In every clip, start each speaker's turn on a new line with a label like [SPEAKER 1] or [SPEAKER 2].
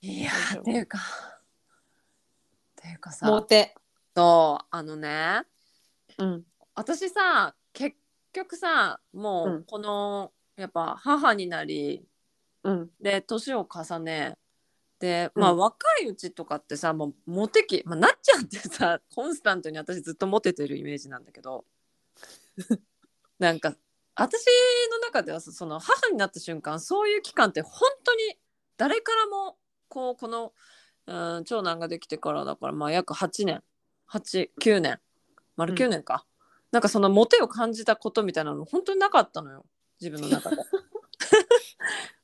[SPEAKER 1] いやー
[SPEAKER 2] 大丈夫
[SPEAKER 1] っていうかっていうか
[SPEAKER 2] モ
[SPEAKER 1] さ
[SPEAKER 2] テ。
[SPEAKER 1] そうあのね
[SPEAKER 2] うん。
[SPEAKER 1] 私さ結局さも
[SPEAKER 2] うん
[SPEAKER 1] うこの、やっぱ母になり
[SPEAKER 2] うん。
[SPEAKER 1] で年を重ねでまあ、
[SPEAKER 2] うん
[SPEAKER 1] 若いうちとかってさもうモテ期、まあ、なっちゃんってさ コンスタントに私ずっとモテてるイメージなんだけど なんか私の中ではさその母になった瞬間そういう期間って本当に誰からもこうこの、うん、長男ができてからだからまあ約8年89年丸9年か、なんかそのモテを感じたことみたいなの本当になかったのよ自分の中で。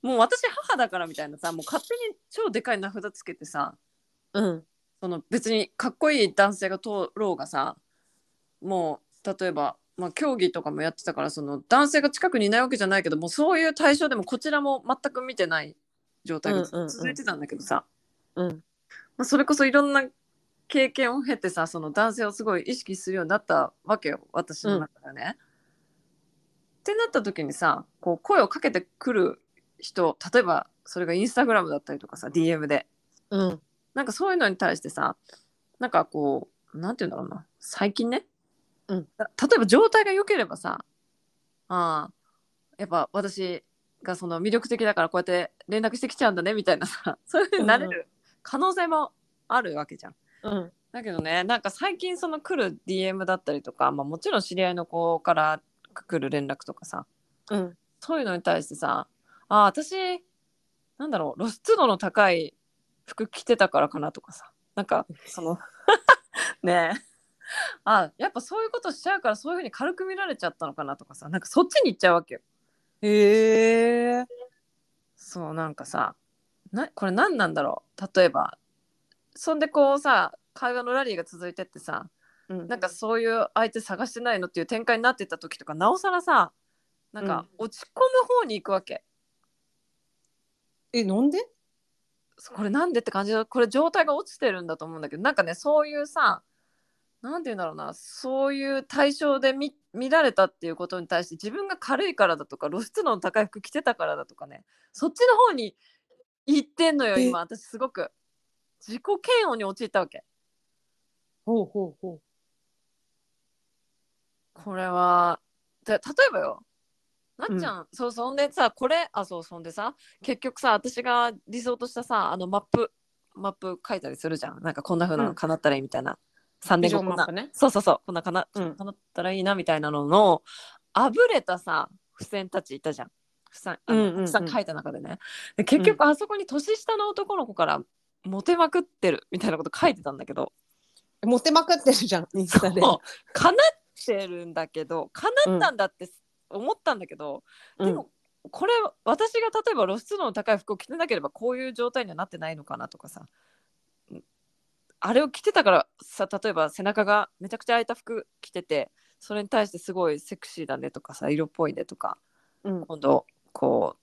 [SPEAKER 1] もう私母だからみたいなさもう勝手に超でかい名札つけてさ
[SPEAKER 2] うん。
[SPEAKER 1] その別にかっこいい男性が通ろうがさもう例えば、まあ、競技とかもやってたからその男性が近くにいないわけじゃないけどもうそういう対象でもこちらも全く見てない状態がずっと続いてたんだけどさ、
[SPEAKER 2] うん。
[SPEAKER 1] まあ、それこそいろんな経験を経てさその男性をすごい意識するようになったわけよ私の中でね。ってなった時にさこう声をかけてくる人例えばそれがインスタグラムだったりとかさ DM で
[SPEAKER 2] うん。
[SPEAKER 1] なんかそういうのに対してさなんかこうなんて言うんだろうな最近ね、
[SPEAKER 2] うん
[SPEAKER 1] た例えば状態が良ければさあーやっぱ私がその魅力的だからこうやって連絡してきちゃうんだねみたいなさ そういうふうになれ
[SPEAKER 2] うん
[SPEAKER 1] る可能性もあるわけじゃん。
[SPEAKER 2] うん。
[SPEAKER 1] だけどねなんか最近その来る DM だったりとか、まあ、もちろん知り合いの子から来る連絡とかさ
[SPEAKER 2] うん。
[SPEAKER 1] そういうのに対してさあー私なんだろう露出度の高い服着てたからかなとかさなんかそのね えあやっぱそういうことしちゃうからそういうふうに軽く見られちゃったのかなとかさなんかそっちに行っちゃうわけよ。
[SPEAKER 2] へえ。
[SPEAKER 1] そうなんかさなこれ何なんだろう例えばそんでこうさ会話のラリーが続いてってさ
[SPEAKER 2] うん
[SPEAKER 1] なんかそういう相手探してないのっていう展開になってた時とかなおさらさなんか落ち込む方に行くわけ、
[SPEAKER 2] え、なんで
[SPEAKER 1] そうこれなんでって感じだこれ状態が落ちてるんだと思うんだけどなんかねそういうさなんて言うんだろうなそういう対象で見見られたっていうことに対して自分が軽いからだとか露出度の高い服着てたからだとかねそっちの方に行ってんのよ
[SPEAKER 2] え
[SPEAKER 1] 今私すごく自己嫌悪に陥ったわけ
[SPEAKER 2] ほうほうほう。
[SPEAKER 1] これはた例えばよなっちゃん、そうそんでさこれあそうそんでさ結局さ私が理想としたさあのマップマップ書いたりするじゃんなんかこんな風な
[SPEAKER 2] うん
[SPEAKER 1] の叶ったらいいみたいな、三年
[SPEAKER 2] ビジョ
[SPEAKER 1] 後
[SPEAKER 2] ン
[SPEAKER 1] こん
[SPEAKER 2] マ
[SPEAKER 1] な、
[SPEAKER 2] ップね。
[SPEAKER 1] そうそうそうこんなかな、
[SPEAKER 2] うん
[SPEAKER 1] 叶ったらいいなみたいなののあぶれたさ付箋たちいたじゃん付箋あの
[SPEAKER 2] うんうんう
[SPEAKER 1] た
[SPEAKER 2] ん
[SPEAKER 1] くさん書いた中でねで結局あそこに年下の男の子からモテまくってるみたいなこと書いてたんだけど、
[SPEAKER 2] モテまくってるじゃん、インスタで。
[SPEAKER 1] もう叶ってるんだけど叶ったんだって思ったんだけど、でもこれ私が例えば露出度の高い服を着てなければこういう状態にはなってないのかなとかさんあれを着てたからさ例えば背中がめちゃくちゃ開いた服着ててそれに対してすごいセクシーだねとかさ色っぽいねとか
[SPEAKER 2] うん、うん。
[SPEAKER 1] 今度こ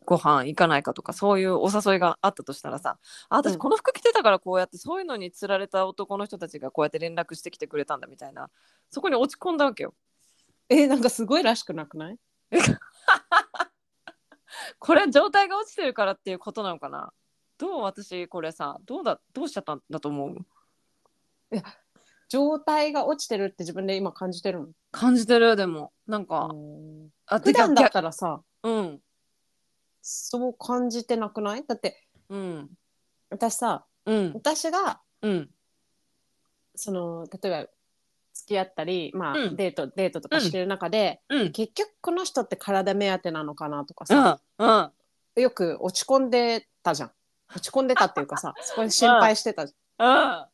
[SPEAKER 1] うご飯行かないかとかそういうお誘いがあったとしたらさあ
[SPEAKER 2] う
[SPEAKER 1] 私
[SPEAKER 2] ん
[SPEAKER 1] この服着てたからこうやってそういうのにつられた男の人たちがこうやって連絡してきてくれたんだみたいなそこに落ち込んだわけよ。
[SPEAKER 2] え、なんかすごいらしくなくない
[SPEAKER 1] これは状態が落ちてるからっていうことなのかなどう私これさどうだどうしちゃったんだと思う
[SPEAKER 2] 状態が落ちてるって自分で今感じてるの
[SPEAKER 1] 感じてるでもなんか、
[SPEAKER 2] うん
[SPEAKER 1] あ
[SPEAKER 2] 普
[SPEAKER 1] てか
[SPEAKER 2] 段だったらさ、
[SPEAKER 1] うん
[SPEAKER 2] そう感じてなくないだって、
[SPEAKER 1] うん
[SPEAKER 2] 私さ、
[SPEAKER 1] うん
[SPEAKER 2] 私が、
[SPEAKER 1] うん
[SPEAKER 2] その、例えば、付き合ったり、まあ、
[SPEAKER 1] うん
[SPEAKER 2] デート、デートとかしてる中で、
[SPEAKER 1] うん
[SPEAKER 2] 結局この人って体目当てなのかなとか
[SPEAKER 1] う
[SPEAKER 2] さ、
[SPEAKER 1] んうん
[SPEAKER 2] よく落ち込んでたじゃん。落ち込んでたっていう かさ、そこで心配してたじゃん。
[SPEAKER 1] うん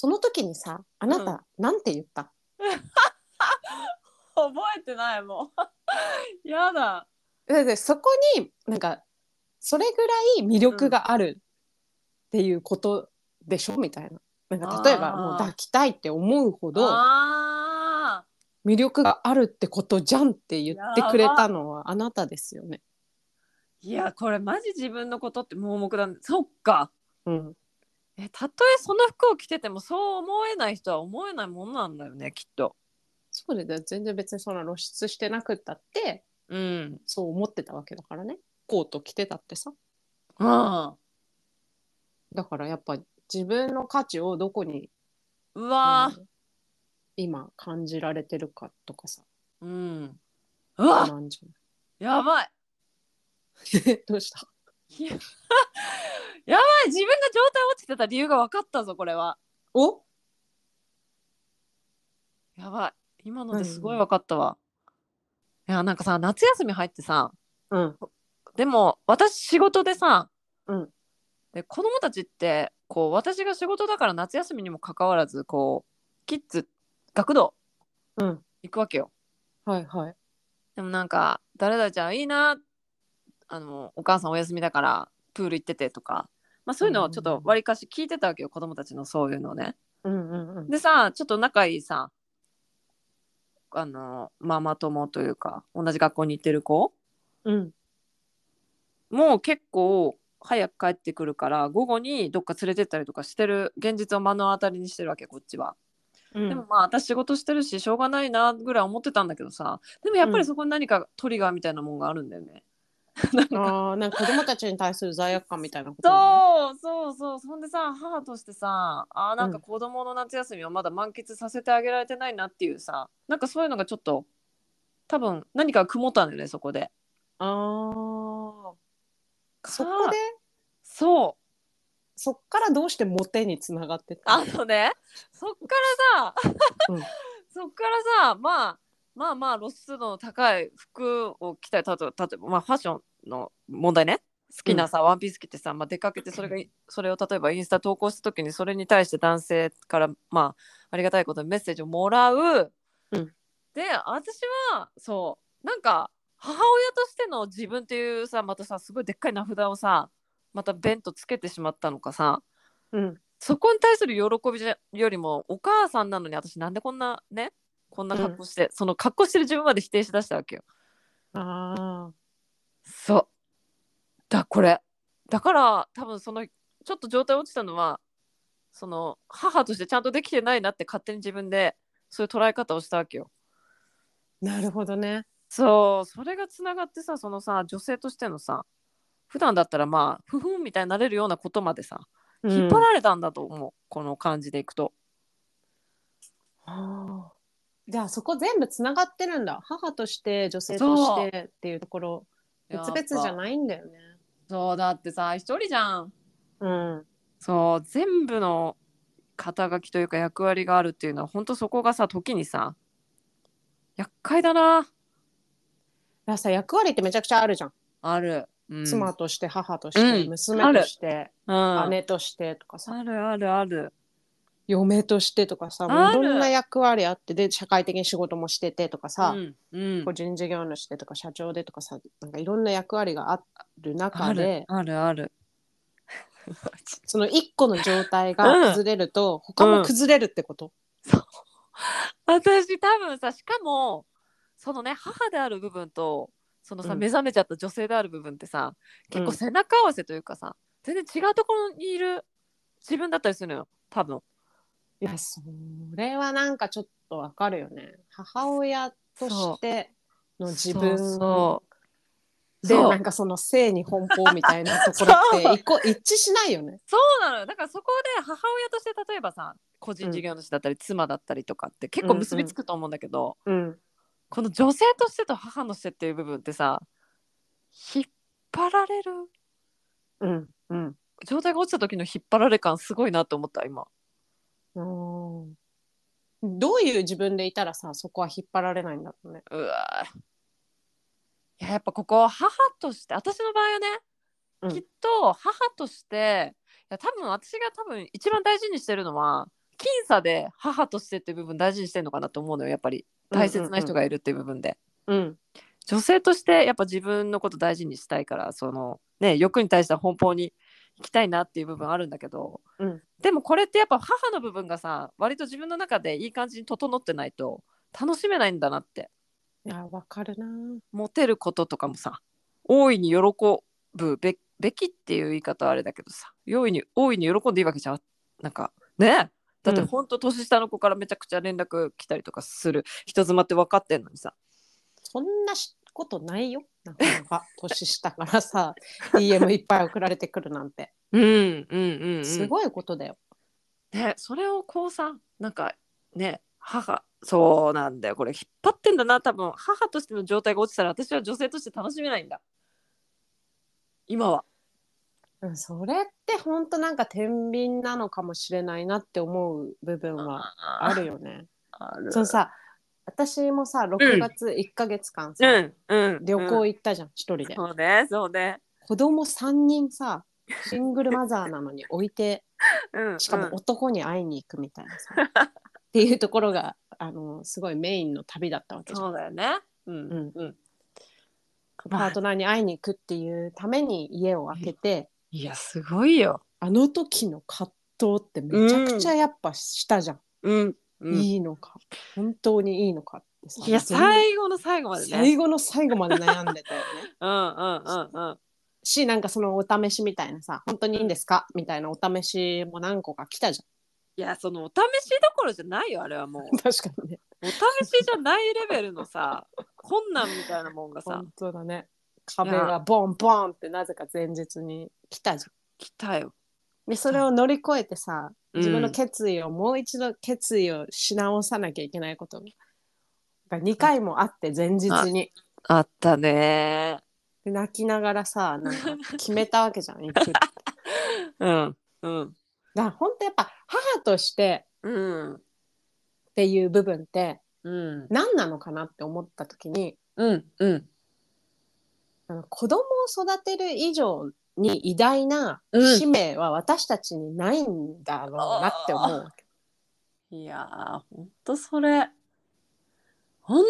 [SPEAKER 2] その時にさ、あなた、なんて言った
[SPEAKER 1] 覚えてないもう やだ
[SPEAKER 2] だってそこに、なんか、それぐらい魅力があるっていうことでしょ、みたいな。なんか例えば、
[SPEAKER 1] あー
[SPEAKER 2] もう抱きたいって思うほど、
[SPEAKER 1] あー
[SPEAKER 2] 魅力があるってことじゃんって言ってくれたのはあなたですよね。
[SPEAKER 1] いやこれマジ自分のことって盲目だねそっか
[SPEAKER 2] うん、
[SPEAKER 1] えたとえその服を着ててもそう思えない人は思えないものなんだよねきっと
[SPEAKER 2] そうですよ全然別にそんな露出してなくったって
[SPEAKER 1] うん
[SPEAKER 2] そう思ってたわけだからねコート着てたってさ
[SPEAKER 1] うん
[SPEAKER 2] だからやっぱ自分の価値をどこに、
[SPEAKER 1] うわ
[SPEAKER 2] あの今感じられてるかとかさ
[SPEAKER 1] ーうんうわ
[SPEAKER 2] なんじゃ
[SPEAKER 1] やばい
[SPEAKER 2] ないどうし た
[SPEAKER 1] あ自分が状態落ちてた理由が分かったぞこれは
[SPEAKER 2] お
[SPEAKER 1] やばい今のですごい分かったわいやなんかさ夏休み入ってさ
[SPEAKER 2] うん
[SPEAKER 1] でも私仕事でさ、
[SPEAKER 2] うん
[SPEAKER 1] で子供たちってこう私が仕事だから夏休みにもかかわらずこうキッズ学童
[SPEAKER 2] うん
[SPEAKER 1] 行くわけよ
[SPEAKER 2] はいはい
[SPEAKER 1] でもなんか「誰々ちゃんいいなあのお母さんお休みだからプール行ってて」とか、まあ、そういうのをちょっとわりかし聞いてたわけよ子供たちのそういうのをね。
[SPEAKER 2] うんうんうん
[SPEAKER 1] でさちょっと仲いいさあのママ友というか同じ学校に行ってる子
[SPEAKER 2] うん
[SPEAKER 1] もう結構早く帰ってくるから午後にどっか連れてったりとかしてる現実を目の当たりにしてるわけこっちは、
[SPEAKER 2] うん
[SPEAKER 1] でもまあ私仕事してるししょうがないなぐらい思ってたんだけどさでもやっぱりそこに何かトリガーみたいなもんがあるんだよね、
[SPEAKER 2] ああなんか子供たちに対する罪悪感みたいなことな
[SPEAKER 1] そうそうそうそんでさ母としてさあーなんか
[SPEAKER 2] うん
[SPEAKER 1] 子供の夏休みをまだ満喫させてあげられてないなっていうさなんかそういうのがちょっと多分何か曇ったんだよねそこで
[SPEAKER 2] のああそこ
[SPEAKER 1] か
[SPEAKER 2] で
[SPEAKER 1] そう
[SPEAKER 2] そっからどうしてモテにつながってった
[SPEAKER 1] あのねそっからさ、
[SPEAKER 2] うん
[SPEAKER 1] そっからさまあまあまあ露出度の高い服を着たり例えば例えば、まあ、ファッションの問題ね好きなさ、ワンピース着てさ、まあ、出かけてそれがいそれを例えばインスタ投稿した時にそれに対して男性からまあありがたいことにメッセージをもらう、
[SPEAKER 2] うん
[SPEAKER 1] で私はそうなんか母親としての自分っていうさまたさすごいでっかい名札をさまたベンとつけてしまったのかさ、
[SPEAKER 2] うん
[SPEAKER 1] そこに対する喜びじゃよりもお母さんなのに私なんでこんなねこんな格好して、その格好してる自分まで否定しだしたわけよ。
[SPEAKER 2] あ
[SPEAKER 1] そうだこれだから多分そのちょっと状態落ちたのはその母としてちゃんとできてないなって勝手に自分でそういう捉え方をしたわけよ。
[SPEAKER 2] あなるほどね
[SPEAKER 1] そうそれがつながってさそのさ女性としてのさ普段だったらまあふふんみたいになれるようなことまでさ引っ張られたんだと思う、この感じでいくと。
[SPEAKER 2] あーじゃあそこ全部つながってるんだ母として女性としてっていうところ別々じゃ
[SPEAKER 1] い
[SPEAKER 2] ないんだよね
[SPEAKER 1] そうだってさ一人じゃん
[SPEAKER 2] うん
[SPEAKER 1] そう全部の肩書きというか役割があるっていうのは本当そこがさ時にさ厄介だな
[SPEAKER 2] だからさ役割ってめちゃくちゃあるじゃん、
[SPEAKER 1] ある、うん、
[SPEAKER 2] 妻として母とし
[SPEAKER 1] う
[SPEAKER 2] て、
[SPEAKER 1] んあ
[SPEAKER 2] 娘
[SPEAKER 1] る
[SPEAKER 2] として、
[SPEAKER 1] うん、
[SPEAKER 2] 姉としてとかさ
[SPEAKER 1] あるあるある
[SPEAKER 2] 嫁としてとかさも
[SPEAKER 1] あ
[SPEAKER 2] うい
[SPEAKER 1] る
[SPEAKER 2] ろんな役割あってで社会的に仕事もしててとかさ、
[SPEAKER 1] うんうん
[SPEAKER 2] 個人事業主でとか社長でとかさなんかいろんな役割がある
[SPEAKER 1] ある
[SPEAKER 2] 中で
[SPEAKER 1] あるある
[SPEAKER 2] その一個の状態が崩れると、他も崩れるってこと、
[SPEAKER 1] 私多分さしかもそのね母である部分とそのさ、
[SPEAKER 2] うん
[SPEAKER 1] 目覚めちゃった女性である部分ってさ結構
[SPEAKER 2] うん
[SPEAKER 1] 背中合わせというかさ、全然違うところにいる自分だったりするのよ多分
[SPEAKER 2] いやそれはなんかちょっとわかるよね母親としての自分
[SPEAKER 1] そうそう
[SPEAKER 2] で
[SPEAKER 1] そう
[SPEAKER 2] なんかその性に奔放みたいなところ
[SPEAKER 1] そ う
[SPEAKER 2] って一個一致しないよね。
[SPEAKER 1] そうなのよだからそこで母親として例えばさ個人事業主だったり妻だったりとかって結構結びつくと思うんだけど、
[SPEAKER 2] うん、
[SPEAKER 1] この女性としてと母のしてっていう部分ってさ引っ張られる
[SPEAKER 2] うん、うん
[SPEAKER 1] 状態が落ちた時の引っ張られ感すごいなと思った今
[SPEAKER 2] うんどういう自分でいたらさそこは引っ張られないんだろうね。
[SPEAKER 1] うわいややっぱここ母として私の場合はね、
[SPEAKER 2] うん
[SPEAKER 1] きっと母としていや多分私が多分一番大事にしてるのは僅差で母としてっていう部分大事にしてるのかなと思うのよやっぱり大切な人がいるっていう部分で、
[SPEAKER 2] うん
[SPEAKER 1] 女性としてやっぱ自分のこと大事にしたいからそのね欲に対しては奔放に行きたいなっていう部分あるんだけど、
[SPEAKER 2] うん
[SPEAKER 1] でもこれってやっぱ母の部分がさ割と自分の中でいい感じに整ってないと楽しめないんだなって
[SPEAKER 2] いやわかるな。
[SPEAKER 1] モテることとかもさ大いに喜ぶべべきっていう言い方はあれだけどさ大いに大いに喜んでいいわけじゃんなんかねだって
[SPEAKER 2] うん
[SPEAKER 1] ほんと年下の子からめちゃくちゃ連絡来たりとかする人妻って分かってんのにさ
[SPEAKER 2] そんなし ことないよ。なかなか年下からさ DM いっぱい送られてくるなんて。
[SPEAKER 1] うんうんうん、うん、
[SPEAKER 2] すごいことだよ。
[SPEAKER 1] ねそれを高三なんかね母そうなんだよこれ引っ張ってんだな多分母としての状態が落ちたら私は女性として楽しめないんだ今は
[SPEAKER 2] うんそれって本当なんか天秤なのかもしれないなって思う部分はあるよね。
[SPEAKER 1] ある
[SPEAKER 2] そうさ私もさ6月1か月間さ、
[SPEAKER 1] うんうん
[SPEAKER 2] 旅行
[SPEAKER 1] 行
[SPEAKER 2] 行ったじゃん一、人で。
[SPEAKER 1] そうねそうね
[SPEAKER 2] 子供3人さシングルマザーなのに置いて
[SPEAKER 1] うん
[SPEAKER 2] しか
[SPEAKER 1] う
[SPEAKER 2] も
[SPEAKER 1] ん
[SPEAKER 2] 男に会いに行くみたいなさ、っていうところがあのすごいメインの旅だったわけじゃん
[SPEAKER 1] そうだよねうん
[SPEAKER 2] うん
[SPEAKER 1] うん
[SPEAKER 2] パートナーに会いに行くっていうために家を開けて、
[SPEAKER 1] いやすごいよ
[SPEAKER 2] あの時の葛藤ってめちゃくちゃやっぱしたじゃん、
[SPEAKER 1] うんうん
[SPEAKER 2] いいのか本当にいいのかってさ
[SPEAKER 1] いや
[SPEAKER 2] 全
[SPEAKER 1] 最後の最後までね
[SPEAKER 2] 最後の最後まで悩んでたよね
[SPEAKER 1] うんうんうんうん
[SPEAKER 2] しなんかそのお試しみたいなさ本当にいいんですかみたいなお試しも何個か来たじ
[SPEAKER 1] いやそのお試しどころじゃないよあれはもう
[SPEAKER 2] ゃん 確かにね
[SPEAKER 1] お試しじゃないレベルの さ困難みたいなもんがさ
[SPEAKER 2] 本当だね壁がボンボンってなぜか前日に来たじゃ
[SPEAKER 1] 来たよ、
[SPEAKER 2] んでそれを乗り越えてさ、
[SPEAKER 1] うん
[SPEAKER 2] 自分の決意をもう一度決意をし直さなきゃいけないことが2回もあって前日に
[SPEAKER 1] あったね
[SPEAKER 2] で泣きながらさなんか決めたわけじ ゃん行くってだか
[SPEAKER 1] うんうん
[SPEAKER 2] ら本当やっぱ母として
[SPEAKER 1] うん
[SPEAKER 2] っていう部分って
[SPEAKER 1] うん
[SPEAKER 2] 何なのかなって思った時に
[SPEAKER 1] うんうん
[SPEAKER 2] あの子供を育てる以上に偉大な使命は私たちにないんだろうなって思うわけ、
[SPEAKER 1] いやーほんとそれほん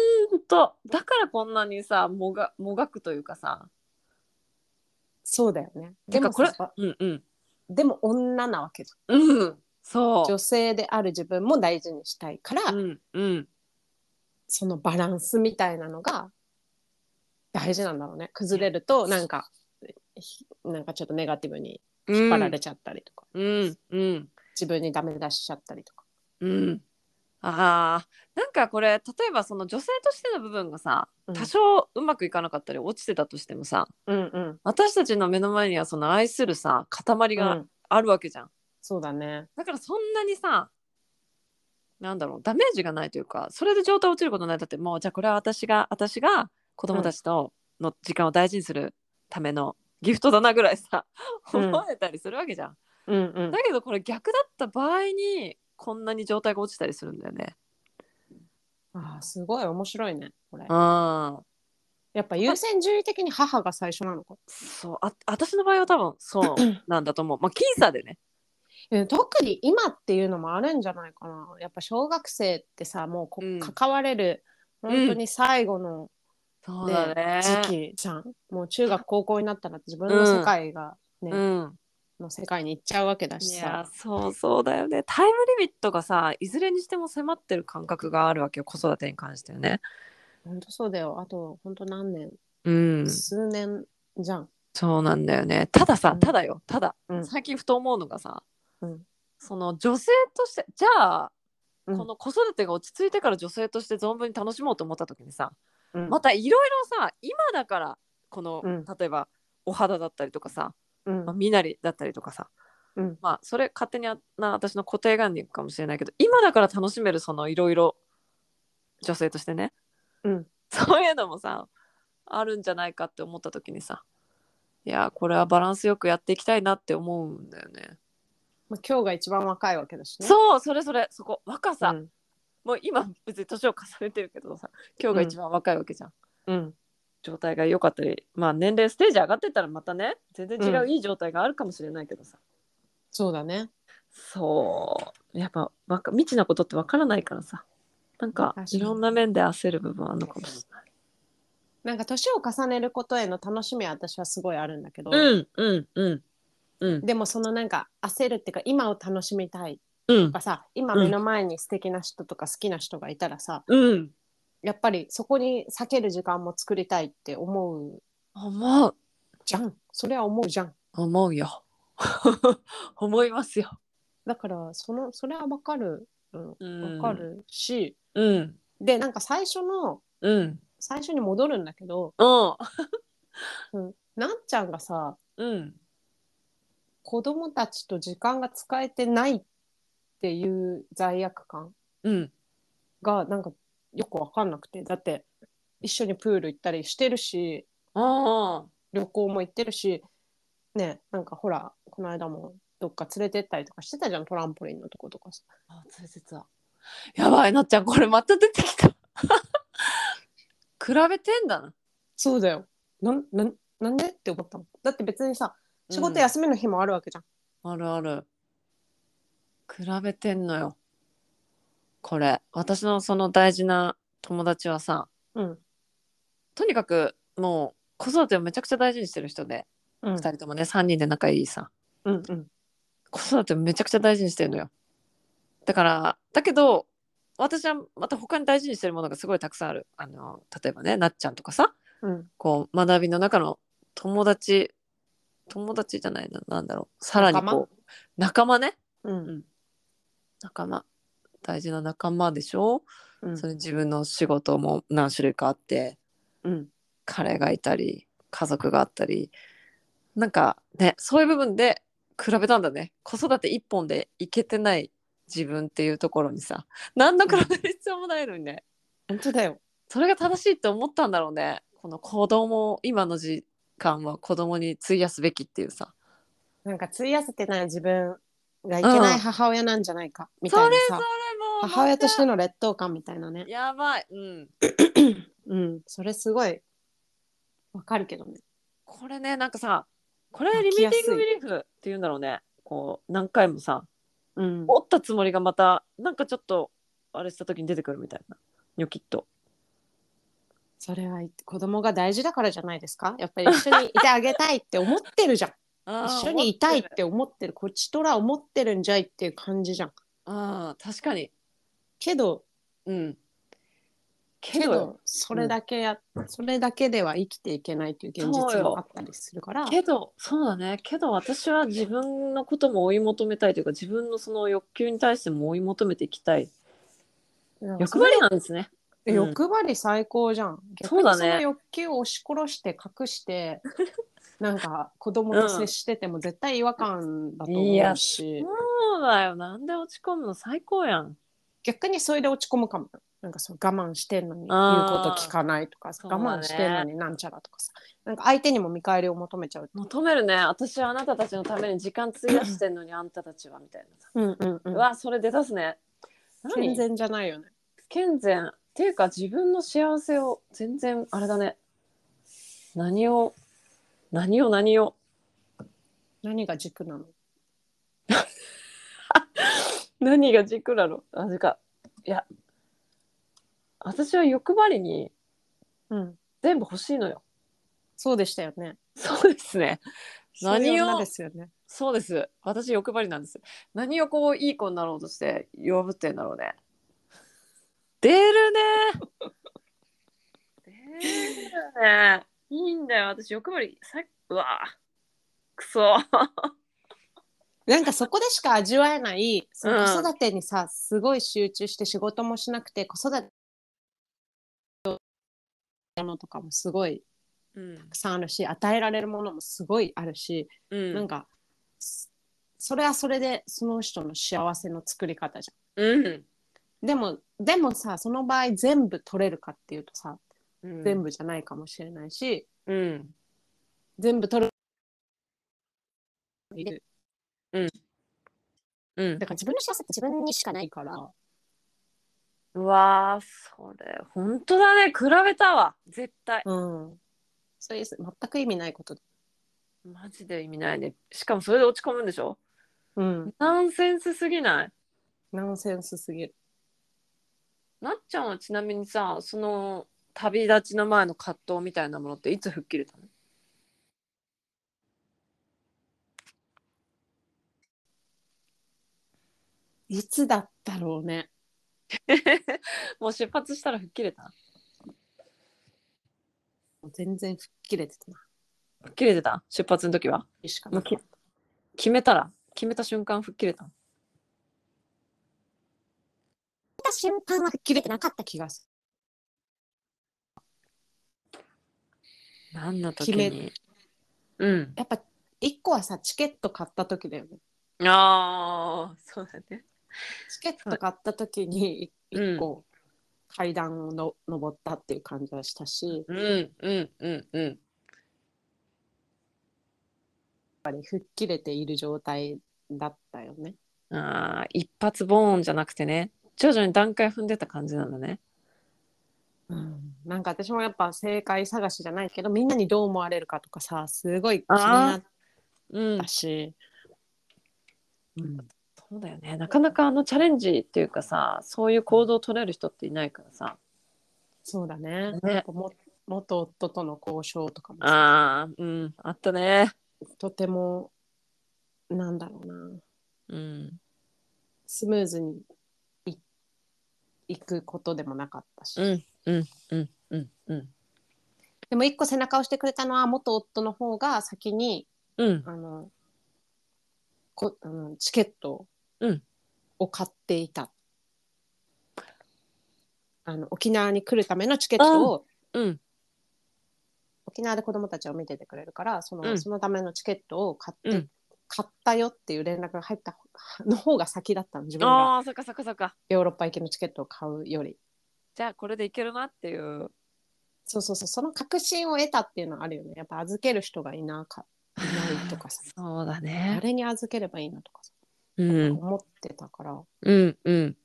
[SPEAKER 1] とだからこんなにさもがもがくというかさ
[SPEAKER 2] そうだよね
[SPEAKER 1] て
[SPEAKER 2] で
[SPEAKER 1] か
[SPEAKER 2] も
[SPEAKER 1] これ
[SPEAKER 2] さ
[SPEAKER 1] うんうん
[SPEAKER 2] でも女なわけじ
[SPEAKER 1] うんそ
[SPEAKER 2] ゃん女性である自分も大事にしたいから、
[SPEAKER 1] ううんうん
[SPEAKER 2] そのバランスみたいなのが大事なんだろうね崩れるとなんか、ひなんかちょっとネガティブに引っ張られちゃったりとか、
[SPEAKER 1] うんうん
[SPEAKER 2] 自分にダメ出しちゃったりとか
[SPEAKER 1] うん、あーなんかこれ例えばその女性としての部分がさ
[SPEAKER 2] うん
[SPEAKER 1] 多少うまくいかなかったり落ちてたとしてもさ、
[SPEAKER 2] うんうん
[SPEAKER 1] 私たちの目の前にはその愛するさ塊
[SPEAKER 2] う
[SPEAKER 1] が
[SPEAKER 2] ん
[SPEAKER 1] あるわけじゃん、
[SPEAKER 2] そうだね
[SPEAKER 1] だからそんなにさなんだろうダメージがないというかそれで状態落ちることないだってもうじゃあこれは私が私が子供たちとの時間を大事にするためのギフトだなぐらいさ、
[SPEAKER 2] うん
[SPEAKER 1] 思えたりするわけじゃん
[SPEAKER 2] うんうん
[SPEAKER 1] だけどこれ逆だった場合にこんなに状態が落ちたりするんだよね
[SPEAKER 2] あーすごい面白いねこれ
[SPEAKER 1] うん
[SPEAKER 2] やっぱ優先順位的に母が最初なのか、
[SPEAKER 1] そうあ私の場合は多分そうなんだと思うまあ僅差でね
[SPEAKER 2] うん特に今っていうのもあるんじゃないかなやっぱ小学生ってさもうこ、
[SPEAKER 1] うん
[SPEAKER 2] 関われる本当に最後の、
[SPEAKER 1] そうだね
[SPEAKER 2] 時期じゃんもう中学高校になったら自分の世界が、ね
[SPEAKER 1] うん
[SPEAKER 2] の世界に行っちゃうわけだ
[SPEAKER 1] い
[SPEAKER 2] し
[SPEAKER 1] や
[SPEAKER 2] さ
[SPEAKER 1] そうそうだよねタイムリミットがさいずれにしても迫ってる感覚があるわけよ子育てに関してはね
[SPEAKER 2] 本当そうだよあと本当何年、
[SPEAKER 1] うん
[SPEAKER 2] 数年じゃん
[SPEAKER 1] そうなんだよねたださ
[SPEAKER 2] うん
[SPEAKER 1] ただよただ、
[SPEAKER 2] うん
[SPEAKER 1] 最近ふと思うのがさ、
[SPEAKER 2] うん
[SPEAKER 1] その女性としてじゃあ
[SPEAKER 2] うん
[SPEAKER 1] この子育てが落ち着いてから女性として存分に楽しもうと思った時にさ、
[SPEAKER 2] うん
[SPEAKER 1] またいろいろさ今だからこの、
[SPEAKER 2] うん
[SPEAKER 1] 例えばお肌だったりとかさ、
[SPEAKER 2] うん
[SPEAKER 1] まあ、身なりだったりとかさ、
[SPEAKER 2] うん
[SPEAKER 1] まあそれ勝手にあな私の固定概念かもしれないけど今だから楽しめるそのいろいろ女性としてね
[SPEAKER 2] うん
[SPEAKER 1] そういうのもさあるんじゃないかって思った時にさいやこれはバランスよくやっていきたいなって思うんだよね。
[SPEAKER 2] まあ、今日が一番若いわけだしね
[SPEAKER 1] そうそれそれそこ若さ、
[SPEAKER 2] うん
[SPEAKER 1] もう今別に年を重ねてるけどさ今日が一番若いわけじゃん。
[SPEAKER 2] うん
[SPEAKER 1] 状態が良かったりまあ年齢ステージ上がってったらまたね全然違
[SPEAKER 2] う
[SPEAKER 1] うんいい状態があるかもしれないけどさ、
[SPEAKER 2] そうだね
[SPEAKER 1] そうやっぱわか未知なことってわからないからさなんか
[SPEAKER 2] 確かに
[SPEAKER 1] いろんな面で焦る部分あるのかもし
[SPEAKER 2] なんか年を重ねることへの楽しみは私はすごいあるんだけど、
[SPEAKER 1] れない。うんうんうんうん
[SPEAKER 2] でもそのなんか焦るっていうか今を楽しみたい
[SPEAKER 1] うん
[SPEAKER 2] とかさ今目の前に素敵な人とか好きな人がいたらさ、
[SPEAKER 1] うん
[SPEAKER 2] やっぱりそこに避ける時間も作りたいって思う
[SPEAKER 1] 思う
[SPEAKER 2] じゃんそれは思うじゃん
[SPEAKER 1] 思うよ 思いますよ。
[SPEAKER 2] だからそのそれはわかる、うん、
[SPEAKER 1] うん
[SPEAKER 2] わかるし、
[SPEAKER 1] うん
[SPEAKER 2] でなんか最初の
[SPEAKER 1] うん
[SPEAKER 2] 最初に戻るんだけど
[SPEAKER 1] うん
[SPEAKER 2] なっちゃんがさ
[SPEAKER 1] うん
[SPEAKER 2] 子供たちと時間が使えてないっていう罪悪感
[SPEAKER 1] うん
[SPEAKER 2] がなんかよくわかんなくてだって一緒にプール行ったりしてるし
[SPEAKER 1] ああ
[SPEAKER 2] 旅行も行ってるしねなんかほらこの間もどっか連れてったりとかしてたじゃんトランポリンのとことかさ
[SPEAKER 1] あ連れてたやばいなっちゃんこれまた出てきた 比べてんだな
[SPEAKER 2] そうだよなんなんなんでって思ったもんだって別にさ仕事
[SPEAKER 1] や
[SPEAKER 2] 休みの日もあるわけじゃん、
[SPEAKER 1] あるある比べてんのよこれ私のその大事な友達はさ
[SPEAKER 2] うん
[SPEAKER 1] とにかくもう子育てをめちゃくちゃ大事にしてる人で、
[SPEAKER 2] うん、
[SPEAKER 1] 2人ともね3人で仲いいさ
[SPEAKER 2] うんうん
[SPEAKER 1] 子育てをめちゃくちゃ大事にしてるのよだからだけど私はまた他に大事にしてるものがすごいたくさんあるあの例えばねなっちゃんとかさ
[SPEAKER 2] うん
[SPEAKER 1] こう学びの中の友達友達じゃないななんだろうさらにこう仲間ね
[SPEAKER 2] うん
[SPEAKER 1] 仲間大事な仲間でしょ、
[SPEAKER 2] うん
[SPEAKER 1] それ自分の仕事も何種類かあって
[SPEAKER 2] うん
[SPEAKER 1] 彼がいたり家族があったりなんかねそういう部分で比べたんだね子育て一本でいけてない自分っていうところにさ何の比べる必要もないのにね
[SPEAKER 2] 本当だよ
[SPEAKER 1] それが正しいって思ったんだろうねこの子供を今の時間は子供に費やすべきっていうさ
[SPEAKER 2] なんか費やせてない自分がいけない母親なんじゃないか、みたいなさ
[SPEAKER 1] れ
[SPEAKER 2] 母親としての劣等感みたいなね
[SPEAKER 1] やばいうん
[SPEAKER 2] うんそれすごいわかるけどね
[SPEAKER 1] これねなんかさこれ
[SPEAKER 2] 湧き
[SPEAKER 1] リミ
[SPEAKER 2] や
[SPEAKER 1] テ
[SPEAKER 2] すい
[SPEAKER 1] ィングビリーフっていうんだろうねこう何回もさ
[SPEAKER 2] うん
[SPEAKER 1] 折ったつもりがまたなんかちょっとあれした時に出てくるみたいなニョキッと
[SPEAKER 2] それは子供が大事だからじゃないですかやっぱり一緒にいてあげたいって思ってるじゃ ん一緒にいたいって思ってるこっちとら思ってるんじゃいっていう感じじゃん
[SPEAKER 1] あー確かに
[SPEAKER 2] けど
[SPEAKER 1] うんけ
[SPEAKER 2] け
[SPEAKER 1] ど
[SPEAKER 2] どそれだけや、それだけでは生きていけないという現
[SPEAKER 1] そう
[SPEAKER 2] 実
[SPEAKER 1] よ
[SPEAKER 2] もあったりするから
[SPEAKER 1] けどそうだねけど私は自分のことも追い求めたいというか自分のその欲求に対しても追い求めていきたい
[SPEAKER 2] うん
[SPEAKER 1] 欲張りなんですねうん
[SPEAKER 2] 欲張り最高じゃん。逆
[SPEAKER 1] そう
[SPEAKER 2] に
[SPEAKER 1] だ
[SPEAKER 2] そ
[SPEAKER 1] ね
[SPEAKER 2] の欲求を押し殺して 隠して、なんか子供と接してても絶対違和感だと思うし、
[SPEAKER 1] そうだよなんで落ち込むの最高やん
[SPEAKER 2] 逆にそれで落ち込むかも。なんかそう我慢してんのに言うこ
[SPEAKER 1] あー
[SPEAKER 2] と聞かないとか
[SPEAKER 1] そ
[SPEAKER 2] さ、
[SPEAKER 1] うだね
[SPEAKER 2] 我慢してんのになんちゃらとかさ、なんか相手にも見返りを求めちゃう。
[SPEAKER 1] 求めるね私はあなたたちのために時間費やしてんのにあんたたちはみたいなさ
[SPEAKER 2] うんうんう。
[SPEAKER 1] うんわそれ出だすね
[SPEAKER 2] 健
[SPEAKER 1] 何
[SPEAKER 2] 全じゃないよね。
[SPEAKER 1] 健全っていうか自分の幸せを全然あれだね何を何を何を
[SPEAKER 2] 何が軸なの
[SPEAKER 1] 何が軸なのあれかいや私は欲張りに
[SPEAKER 2] うん。
[SPEAKER 1] 全部欲しいのよ
[SPEAKER 2] そうでしたよね。
[SPEAKER 1] そうですね何を
[SPEAKER 2] そういう女ですよね。
[SPEAKER 1] そうです私欲張りなんです何をこういい子になろうとして弱ぶってんだろうね出るね出るねいいんだよ私欲張りさうわくそ
[SPEAKER 2] なんかそこでしか味わえないその
[SPEAKER 1] うん
[SPEAKER 2] 子育てにさ、すごい集中して仕事もしなくて子育てのものとかもすごい
[SPEAKER 1] うん
[SPEAKER 2] たくさんあるし与えられるものもすごいあるし、
[SPEAKER 1] うん
[SPEAKER 2] なんかそそれはそれでその人の幸せの作り方じ
[SPEAKER 1] うん
[SPEAKER 2] ゃん。でもでもさその場合全部取れるかっていうとさ
[SPEAKER 1] うん
[SPEAKER 2] 全部じゃないかもしれないし、
[SPEAKER 1] うん
[SPEAKER 2] 全部取る
[SPEAKER 1] うん
[SPEAKER 2] だから自分の幸せって自分にしかないから
[SPEAKER 1] うわーそれ本当だね比べたわ絶対
[SPEAKER 2] うんそういう全く意味ないことだ
[SPEAKER 1] マジで意味ないねしかもそれで落ち込むんでしょ
[SPEAKER 2] うん
[SPEAKER 1] ナンセンスすぎない
[SPEAKER 2] ナンセンスすぎる。
[SPEAKER 1] なっちゃんはちなみにさその旅立ちの前の葛藤みたいなものっていつ吹っ切れたの
[SPEAKER 2] いつだったろうね。
[SPEAKER 1] もう出発したら吹っ切れた
[SPEAKER 2] 全然吹っ切れてたな。
[SPEAKER 1] 吹っ切れてた出発の時は
[SPEAKER 2] しかなかった
[SPEAKER 1] 決めたら決めた瞬間吹っ切れた
[SPEAKER 2] た瞬間は吹っ切れてなかった気がす
[SPEAKER 1] 何の
[SPEAKER 2] 時
[SPEAKER 1] 時
[SPEAKER 2] に
[SPEAKER 1] にうん
[SPEAKER 2] る。やっぱ一個はさチケット買った時だよね
[SPEAKER 1] ああそうだね
[SPEAKER 2] チケット買った時に
[SPEAKER 1] うん
[SPEAKER 2] 一個階段をの登ったっていう感じはしたし
[SPEAKER 1] うんうんうんうん
[SPEAKER 2] 吹っ切れている状態だったよね
[SPEAKER 1] ああ一発ボーンじゃなくてね徐々に段階踏んでた感じなんだね
[SPEAKER 2] なんか私もやっぱ正解探しじゃないけどみんなにどう思われるかとかさすごい気になっ
[SPEAKER 1] うん
[SPEAKER 2] たし、うん
[SPEAKER 1] そうだよねなかなかあのチャレンジっていうかさそういう行動を取れる人っていないからさ
[SPEAKER 2] そうだね
[SPEAKER 1] ね
[SPEAKER 2] なんかも元夫との交渉とかもさ
[SPEAKER 1] ああうんあったね
[SPEAKER 2] とてもなんだろうな
[SPEAKER 1] うん
[SPEAKER 2] スムーズにいいくことでもなかったし、
[SPEAKER 1] うんうんうんうんうん
[SPEAKER 2] でも一個背中を押してくれたのは元夫の方が先に
[SPEAKER 1] うん
[SPEAKER 2] あのこあのチケット
[SPEAKER 1] うん
[SPEAKER 2] を買っていた、あの沖縄に来るためのチケットを
[SPEAKER 1] うん
[SPEAKER 2] 沖縄で子どもたちを見ててくれるからその,、
[SPEAKER 1] うん
[SPEAKER 2] そのためのチケットを買って、
[SPEAKER 1] うん
[SPEAKER 2] 買ったよっていう連絡が入ったの方が先だったの自分が
[SPEAKER 1] ああそっかそっかそっか
[SPEAKER 2] ヨーロッパ行きのチケットを買うより
[SPEAKER 1] じゃあこれでいけるなっていう
[SPEAKER 2] そうそうそうその確信を得たっていうのはあるよねやっぱ預ける人がいなかいないとかさ
[SPEAKER 1] そうだね
[SPEAKER 2] 誰に預ければいいなとかさ
[SPEAKER 1] うん
[SPEAKER 2] 思ってたから
[SPEAKER 1] うんうん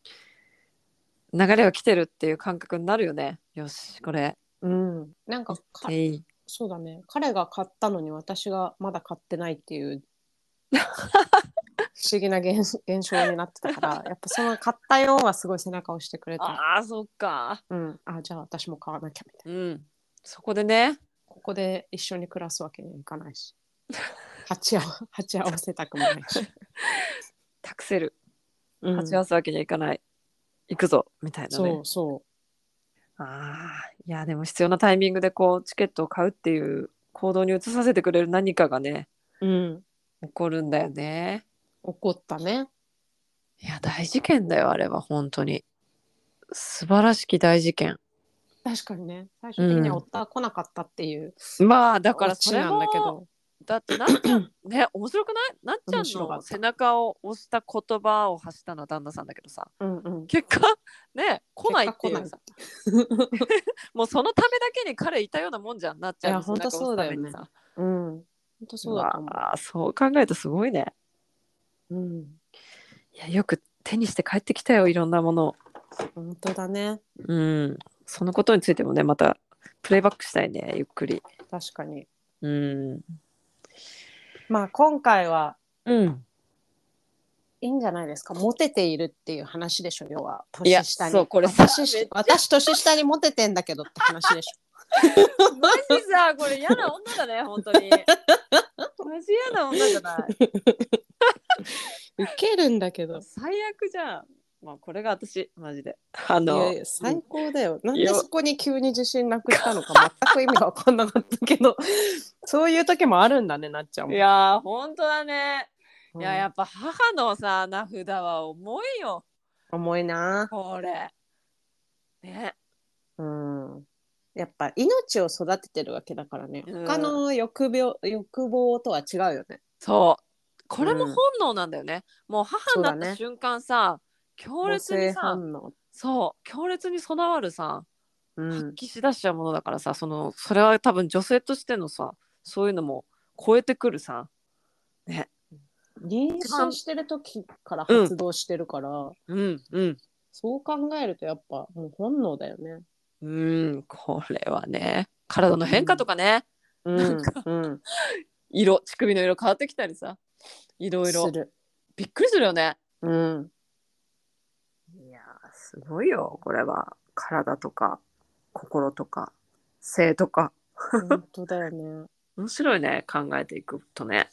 [SPEAKER 1] 流れが来てるっていう感覚になるよねよしこれ
[SPEAKER 2] うんなんかか
[SPEAKER 1] いい
[SPEAKER 2] そうだね彼が買ったのに私がまだ買ってないっ ていう不思議な現現象になってたからやっぱその買ったよはすごい背中を押してくれた、
[SPEAKER 1] ああそっか
[SPEAKER 2] うん、あじゃあ私も買わなきゃみたいな
[SPEAKER 1] うんそこでね
[SPEAKER 2] ここで一緒に暮らすわけにはいかな いし鉢合わ鉢合わせたくもないし、
[SPEAKER 1] 託せる
[SPEAKER 2] うん
[SPEAKER 1] 鉢合わすわけにはいかない、行くぞみたいな
[SPEAKER 2] そ
[SPEAKER 1] ね
[SPEAKER 2] うそう
[SPEAKER 1] ああいやでも必要なタイミングでこうチケットを買うっていう行動に移させてくれる何かがね
[SPEAKER 2] うん、
[SPEAKER 1] 起こるんだよね
[SPEAKER 2] 怒ったね。
[SPEAKER 1] いや大事件だよあれは本当に素晴らしき大事件
[SPEAKER 2] 確かにね。最終的には
[SPEAKER 1] うん
[SPEAKER 2] 夫は来なかったっていう、
[SPEAKER 1] まあだ
[SPEAKER 2] だ
[SPEAKER 1] からそれ
[SPEAKER 2] な
[SPEAKER 1] も
[SPEAKER 2] んだけど。
[SPEAKER 1] だってなっちゃ んね面白くないなっちゃ
[SPEAKER 2] 面白
[SPEAKER 1] ん
[SPEAKER 2] かっ
[SPEAKER 1] の
[SPEAKER 2] た
[SPEAKER 1] 背中を押した言葉を発したのは旦那さんだけどさ
[SPEAKER 2] うんうん。
[SPEAKER 1] 結果ね来ないっていう
[SPEAKER 2] 結
[SPEAKER 1] さ
[SPEAKER 2] 果
[SPEAKER 1] もうそのためだけに彼いたようなもんじゃんなっちゃんの
[SPEAKER 2] いや本当
[SPEAKER 1] 背中を押すためにさ
[SPEAKER 2] だよ来なかった。うん。本当そうだと思
[SPEAKER 1] うわあそう考えるとすごいね
[SPEAKER 2] う。うん。
[SPEAKER 1] いやよく手にして帰ってきたよいろんなものを
[SPEAKER 2] 本当だね。
[SPEAKER 1] うんそのことについてもねまたプレイバックしたいねゆっくり
[SPEAKER 2] 確かに。
[SPEAKER 1] うん
[SPEAKER 2] まあ今回は
[SPEAKER 1] うん
[SPEAKER 2] いいんじゃないですか。モテているっていう話でしょ。要は
[SPEAKER 1] いや
[SPEAKER 2] 年下に。
[SPEAKER 1] そうこれさ
[SPEAKER 2] 私
[SPEAKER 1] めっちゃ
[SPEAKER 2] 私年下にモテてんだけどって話 でし
[SPEAKER 1] マジさこれ嫌な女だね本当にマジ嫌な女じゃない
[SPEAKER 2] ょ。ウケるんだけど。
[SPEAKER 1] 最悪じゃん。まあこれが私マジで。あ
[SPEAKER 2] いや
[SPEAKER 1] の
[SPEAKER 2] いや最高だよ。なん
[SPEAKER 1] い
[SPEAKER 2] で
[SPEAKER 1] や
[SPEAKER 2] そこに急に自信なくしたのか全く意味が分かんなかったけどそういう時もあるんだねなっちゃ
[SPEAKER 1] い
[SPEAKER 2] んも。
[SPEAKER 1] やー本当だね。
[SPEAKER 2] うん
[SPEAKER 1] いややっぱ母のさ名札は重いよ
[SPEAKER 2] 重いな。
[SPEAKER 1] これ。ね。
[SPEAKER 2] うんやっぱ命を育ててるわけだからね
[SPEAKER 1] うん
[SPEAKER 2] 他の欲病、欲望とは違うよね。
[SPEAKER 1] そう。これも本能なんだよね。もう母にな
[SPEAKER 2] そう
[SPEAKER 1] っ
[SPEAKER 2] だね
[SPEAKER 1] た瞬間さ、強
[SPEAKER 2] 母
[SPEAKER 1] 烈に
[SPEAKER 2] 性
[SPEAKER 1] さ
[SPEAKER 2] 反応。
[SPEAKER 1] そう強烈に備わるさ
[SPEAKER 2] う
[SPEAKER 1] 発
[SPEAKER 2] ん、
[SPEAKER 1] 揮しだしちゃうものだからさ、そのそれは多分女性としてのさそういうのも超えてくるさ。
[SPEAKER 2] 妊娠してる時から発動してるから、
[SPEAKER 1] うんうん。
[SPEAKER 2] そう考えるとやっぱもう本能だよね。
[SPEAKER 1] うんこれはね体の変化とかね、
[SPEAKER 2] うん
[SPEAKER 1] なん
[SPEAKER 2] うん、
[SPEAKER 1] 色乳首の色変わってきたりさいろいろ
[SPEAKER 2] する。
[SPEAKER 1] びっくりするよね
[SPEAKER 2] うん、
[SPEAKER 1] いやすごいよこれは体とか心とか性とか
[SPEAKER 2] 本当だよね。
[SPEAKER 1] 面白いね考えていくとね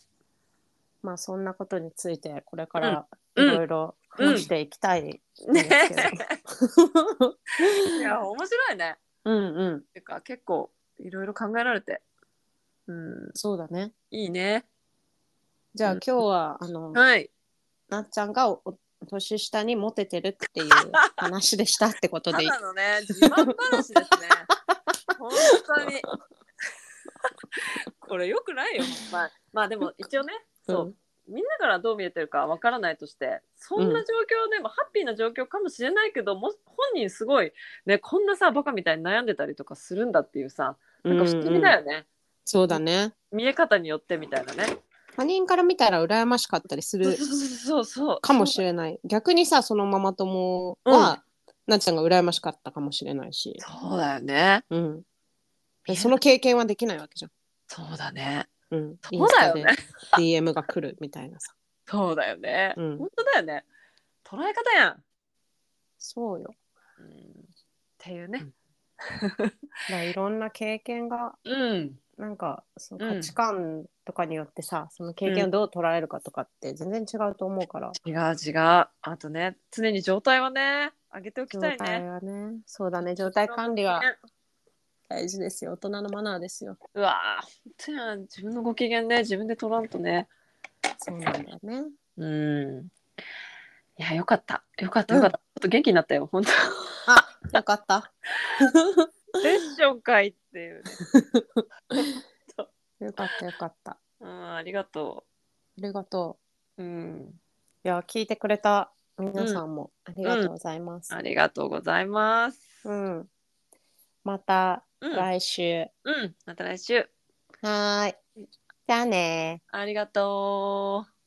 [SPEAKER 2] まあそんなことについてこれからい
[SPEAKER 1] うん
[SPEAKER 2] ろいろ話していきたいです
[SPEAKER 1] ね
[SPEAKER 2] けど
[SPEAKER 1] いや面白いね
[SPEAKER 2] うんうん
[SPEAKER 1] てか結構いろいろ考えられてうん
[SPEAKER 2] そうだね
[SPEAKER 1] いいね
[SPEAKER 2] じゃあ
[SPEAKER 1] うん
[SPEAKER 2] 今日はあの
[SPEAKER 1] はい
[SPEAKER 2] なっちゃんがおお年下にモテてるっていう 話でしたってこと
[SPEAKER 1] た
[SPEAKER 2] でいい
[SPEAKER 1] だのね 自慢話ですね本当にこれよくないよ、まあ、まあでも一応ねそう、みんなからどう見えてるかわからないとしてそんな状況でもハッピーな状況かもしれないけど、もし本人すごい、ね、こんなさバカみたいに悩んでたりとかするんだっていうさなんか不思議だよね、
[SPEAKER 2] そうだね
[SPEAKER 1] 見え方によってみたいなね。
[SPEAKER 2] 他人から見たら羨ましかったりす
[SPEAKER 1] そう
[SPEAKER 2] る
[SPEAKER 1] そうそうそう
[SPEAKER 2] かもしれない逆にさそのママ友は、なっちゃんが羨ましかったかもしれないし、
[SPEAKER 1] そうだよね。
[SPEAKER 2] うん、でその経験はできないわけじゃん
[SPEAKER 1] そうだね。
[SPEAKER 2] うん、
[SPEAKER 1] そうだよね
[SPEAKER 2] インスタで DM が来るみたいなさ。
[SPEAKER 1] そうだよね。
[SPEAKER 2] うん
[SPEAKER 1] 本当だよね。捉え方やん。
[SPEAKER 2] そうよ。
[SPEAKER 1] うん、っていうね。
[SPEAKER 2] まあ、いろんな経験が、
[SPEAKER 1] うん。
[SPEAKER 2] なんか、その
[SPEAKER 1] うん
[SPEAKER 2] 価値観とかによってさ、その経験をどう捉えるかとかって全然違うと思うから。
[SPEAKER 1] 違う違う。あとね、常に状態はね、上げておき
[SPEAKER 2] 状
[SPEAKER 1] たい
[SPEAKER 2] 態
[SPEAKER 1] ね。
[SPEAKER 2] はね、そうだね、状態管理は大事ですよ。大人のマナーですよ。
[SPEAKER 1] うわー、本当やん自分のご機嫌ね、自分で取らんとね。
[SPEAKER 2] そうなんだよね。
[SPEAKER 1] うん。いや、よかった。よかった、よかった。ちょっと元気になったよ、本当。
[SPEAKER 2] あ、よかった。
[SPEAKER 1] セッション会っていうね。
[SPEAKER 2] よかった、よかった。あ
[SPEAKER 1] うん、ありがと
[SPEAKER 2] りがと
[SPEAKER 1] う。うん。
[SPEAKER 2] う。いや、聞いてくれた皆さんもありがとうございます。
[SPEAKER 1] ありがとうございます。
[SPEAKER 2] うん。また
[SPEAKER 1] うん、
[SPEAKER 2] 来週。
[SPEAKER 1] うん、また来週。
[SPEAKER 2] はーい。じゃあねー。
[SPEAKER 1] ありがとう。